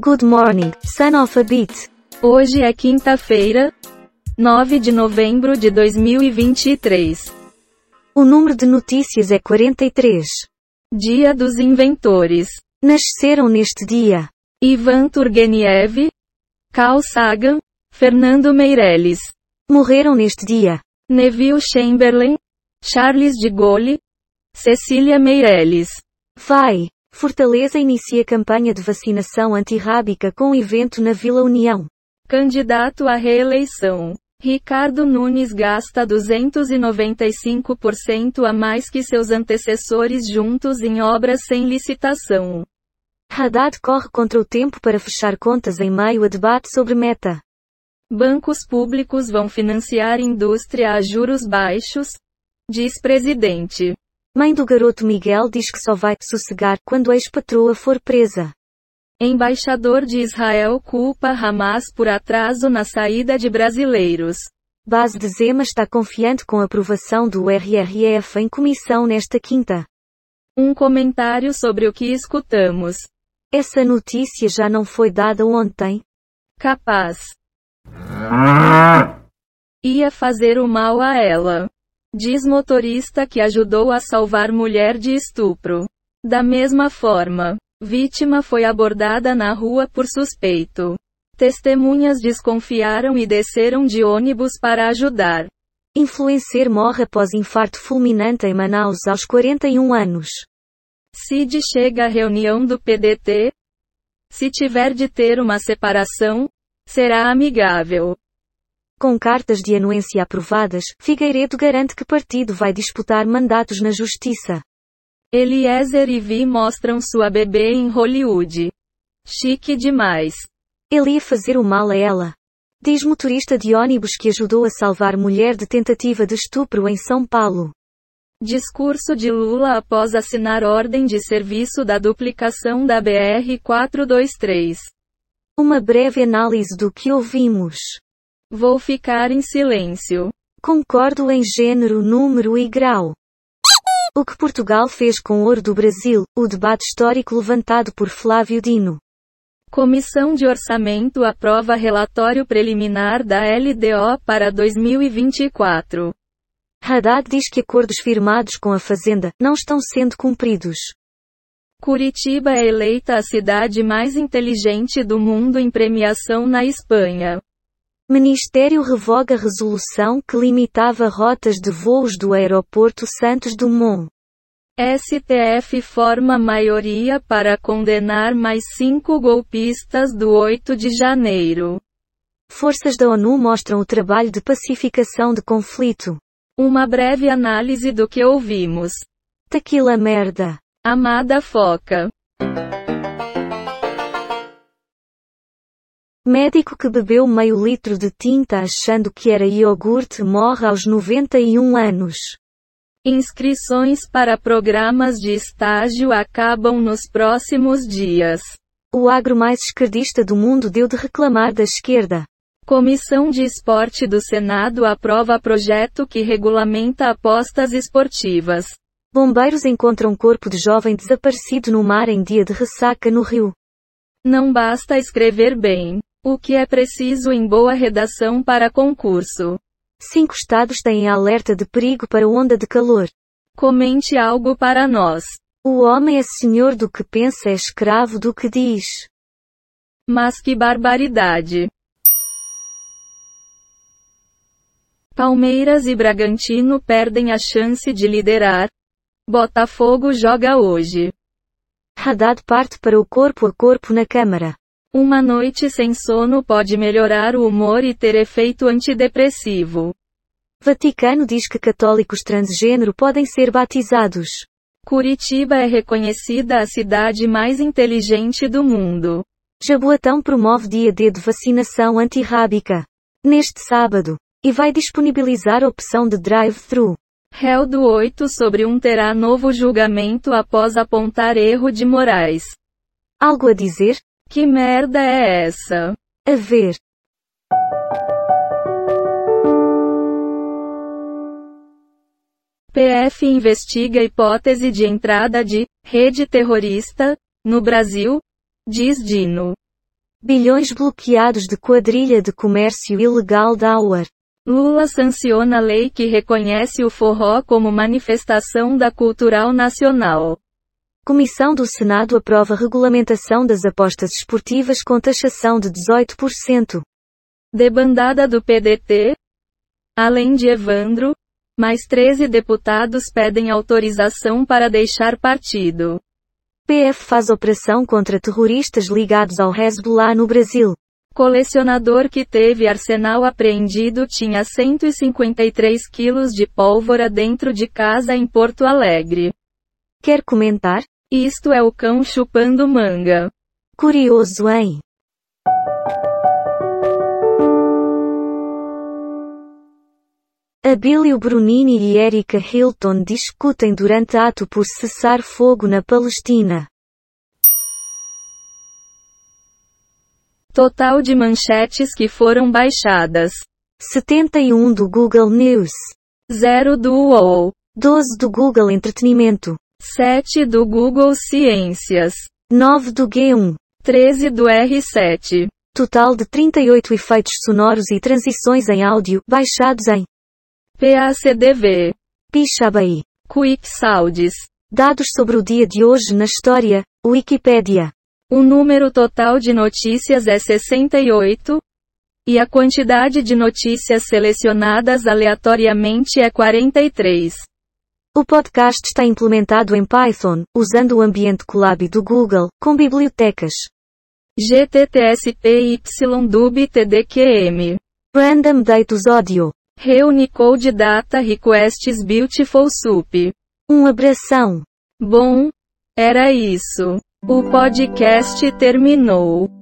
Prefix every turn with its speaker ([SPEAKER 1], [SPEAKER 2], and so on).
[SPEAKER 1] Good morning, son of a bitch.
[SPEAKER 2] Hoje é quinta-feira, 9 de novembro de 2023,
[SPEAKER 1] O número de notícias é 43.
[SPEAKER 2] dia dos inventores.
[SPEAKER 1] Nasceram neste dia.
[SPEAKER 2] Ivan Turgeniev, Carl Sagan, Fernando Meirelles,
[SPEAKER 1] Morreram neste dia.
[SPEAKER 2] Neville Chamberlain, Charles de Gaulle, Cecília Meirelles.
[SPEAKER 1] Vai! Fortaleza inicia campanha de vacinação antirrábica com evento na Vila União.
[SPEAKER 2] Candidato à reeleição. Ricardo Nunes gasta 295% a mais que seus antecessores juntos em obras sem licitação.
[SPEAKER 1] Haddad corre contra o tempo para fechar contas em maio a debate sobre meta.
[SPEAKER 2] Bancos públicos vão financiar indústria a juros baixos? Diz presidente.
[SPEAKER 1] Mãe do garoto Miguel diz que só vai sossegar quando a ex-patroa for presa.
[SPEAKER 2] Embaixador de Israel culpa Hamas por atraso na saída de brasileiros.
[SPEAKER 1] Base de Zema está confiante com a aprovação do RRF em comissão nesta quinta.
[SPEAKER 2] Um comentário sobre o que escutamos.
[SPEAKER 1] Essa notícia já não foi dada ontem.
[SPEAKER 2] Capaz. Ia fazer o mal a ela. Diz motorista que ajudou a salvar mulher de estupro. Da mesma forma, vítima foi abordada na rua por suspeito. Testemunhas desconfiaram e desceram de ônibus para ajudar.
[SPEAKER 1] Influencer morre após infarto fulminante em Manaus aos 41 anos.
[SPEAKER 2] Cid chega à reunião do PDT? Se tiver de ter uma separação, será amigável.
[SPEAKER 1] Com cartas de anuência aprovadas, Figueiredo garante que partido vai disputar mandatos na justiça.
[SPEAKER 2] Eliezer e Vi mostram sua bebê em Hollywood. Chique demais.
[SPEAKER 1] Ele ia fazer o mal a ela. Diz motorista de ônibus que ajudou a salvar mulher de tentativa de estupro em São Paulo.
[SPEAKER 2] Discurso de Lula após assinar ordem de serviço da duplicação da BR-423.
[SPEAKER 1] Uma breve análise do que ouvimos.
[SPEAKER 2] Vou ficar em silêncio.
[SPEAKER 1] Concordo em gênero, número e grau. O que Portugal fez com ouro do Brasil, o debate histórico levantado por Flávio Dino.
[SPEAKER 2] Comissão de Orçamento aprova relatório preliminar da LDO para 2024.
[SPEAKER 1] Haddad diz que acordos firmados com a Fazenda não estão sendo cumpridos.
[SPEAKER 2] Curitiba é eleita a cidade mais inteligente do mundo em premiação na Espanha.
[SPEAKER 1] Ministério revoga resolução que limitava rotas de voos do aeroporto Santos Dumont.
[SPEAKER 2] STF forma maioria para condenar mais cinco golpistas do 8 de janeiro.
[SPEAKER 1] Forças da ONU mostram o trabalho de pacificação de conflito.
[SPEAKER 2] Uma breve análise do que ouvimos.
[SPEAKER 1] Taquila merda.
[SPEAKER 2] Amada Foca.
[SPEAKER 1] Médico que bebeu meio litro de tinta achando que era iogurte morre aos 91 anos.
[SPEAKER 2] Inscrições para programas de estágio acabam nos próximos dias.
[SPEAKER 1] O agro mais esquerdista do mundo deu de reclamar da esquerda.
[SPEAKER 2] Comissão de Esporte do Senado aprova projeto que regulamenta apostas esportivas.
[SPEAKER 1] Bombeiros encontram corpo de jovem desaparecido no mar em dia de ressaca no Rio.
[SPEAKER 2] Não basta escrever bem. O que é preciso em boa redação para concurso?
[SPEAKER 1] Cinco estados têm alerta de perigo para onda de calor.
[SPEAKER 2] Comente algo para nós.
[SPEAKER 1] O homem é senhor do que pensa é escravo do que diz.
[SPEAKER 2] Mas que barbaridade! Palmeiras e Bragantino perdem a chance de liderar. Botafogo joga hoje.
[SPEAKER 1] Haddad parte para o corpo a corpo na Câmara.
[SPEAKER 2] Uma noite sem sono pode melhorar o humor e ter efeito antidepressivo.
[SPEAKER 1] Vaticano diz que católicos transgênero podem ser batizados.
[SPEAKER 2] Curitiba é reconhecida a cidade mais inteligente do mundo.
[SPEAKER 1] Jaboatão promove dia D de vacinação antirrábica. Neste sábado. E vai disponibilizar opção de drive-thru.
[SPEAKER 2] Réu do 8 sobre um terá novo julgamento após apontar erro de Moraes.
[SPEAKER 1] Algo a dizer?
[SPEAKER 2] Que merda é essa?
[SPEAKER 1] A ver.
[SPEAKER 2] PF investiga hipótese de entrada de rede terrorista no Brasil? Diz Dino.
[SPEAKER 1] Bilhões bloqueados de quadrilha de comércio ilegal da UAR.
[SPEAKER 2] Lula sanciona lei que reconhece o forró como manifestação da cultural nacional.
[SPEAKER 1] Comissão do Senado aprova regulamentação das apostas esportivas com taxação de 18%.
[SPEAKER 2] Debandada do PDT? Além de Evandro, mais 13 deputados pedem autorização para deixar partido.
[SPEAKER 1] PF faz operação contra terroristas ligados ao Hezbollah no Brasil.
[SPEAKER 2] Colecionador que teve arsenal apreendido tinha 153 quilos de pólvora dentro de casa em Porto Alegre.
[SPEAKER 1] Quer comentar?
[SPEAKER 2] Isto é o cão chupando manga.
[SPEAKER 1] Curioso, hein? Abílio Brunini e Erika Hilton discutem durante ato por cessar fogo na Palestina.
[SPEAKER 2] Total de manchetes que foram baixadas:
[SPEAKER 1] 71 do Google News,
[SPEAKER 2] 0 do UOL,
[SPEAKER 1] 12 do Google Entretenimento,
[SPEAKER 2] 7 do Google Ciências,
[SPEAKER 1] 9 do G1,
[SPEAKER 2] 13 do R7.
[SPEAKER 1] total de 38 efeitos sonoros e transições em áudio baixados em
[SPEAKER 2] PACDV,
[SPEAKER 1] Pixabay.
[SPEAKER 2] Quicksaldes.
[SPEAKER 1] Dados sobre o dia de hoje na história, Wikipédia.
[SPEAKER 2] O número total de notícias é 68, e a quantidade de notícias selecionadas aleatoriamente é 43.
[SPEAKER 1] O podcast está implementado em Python, usando o ambiente Colab do Google, com bibliotecas.
[SPEAKER 2] GTTSPYDUBTDQM.
[SPEAKER 1] Random Datus Audio.
[SPEAKER 2] Reunicode Data Requests Beautiful Soup.
[SPEAKER 1] Um abração.
[SPEAKER 2] Bom, era isso. O podcast terminou.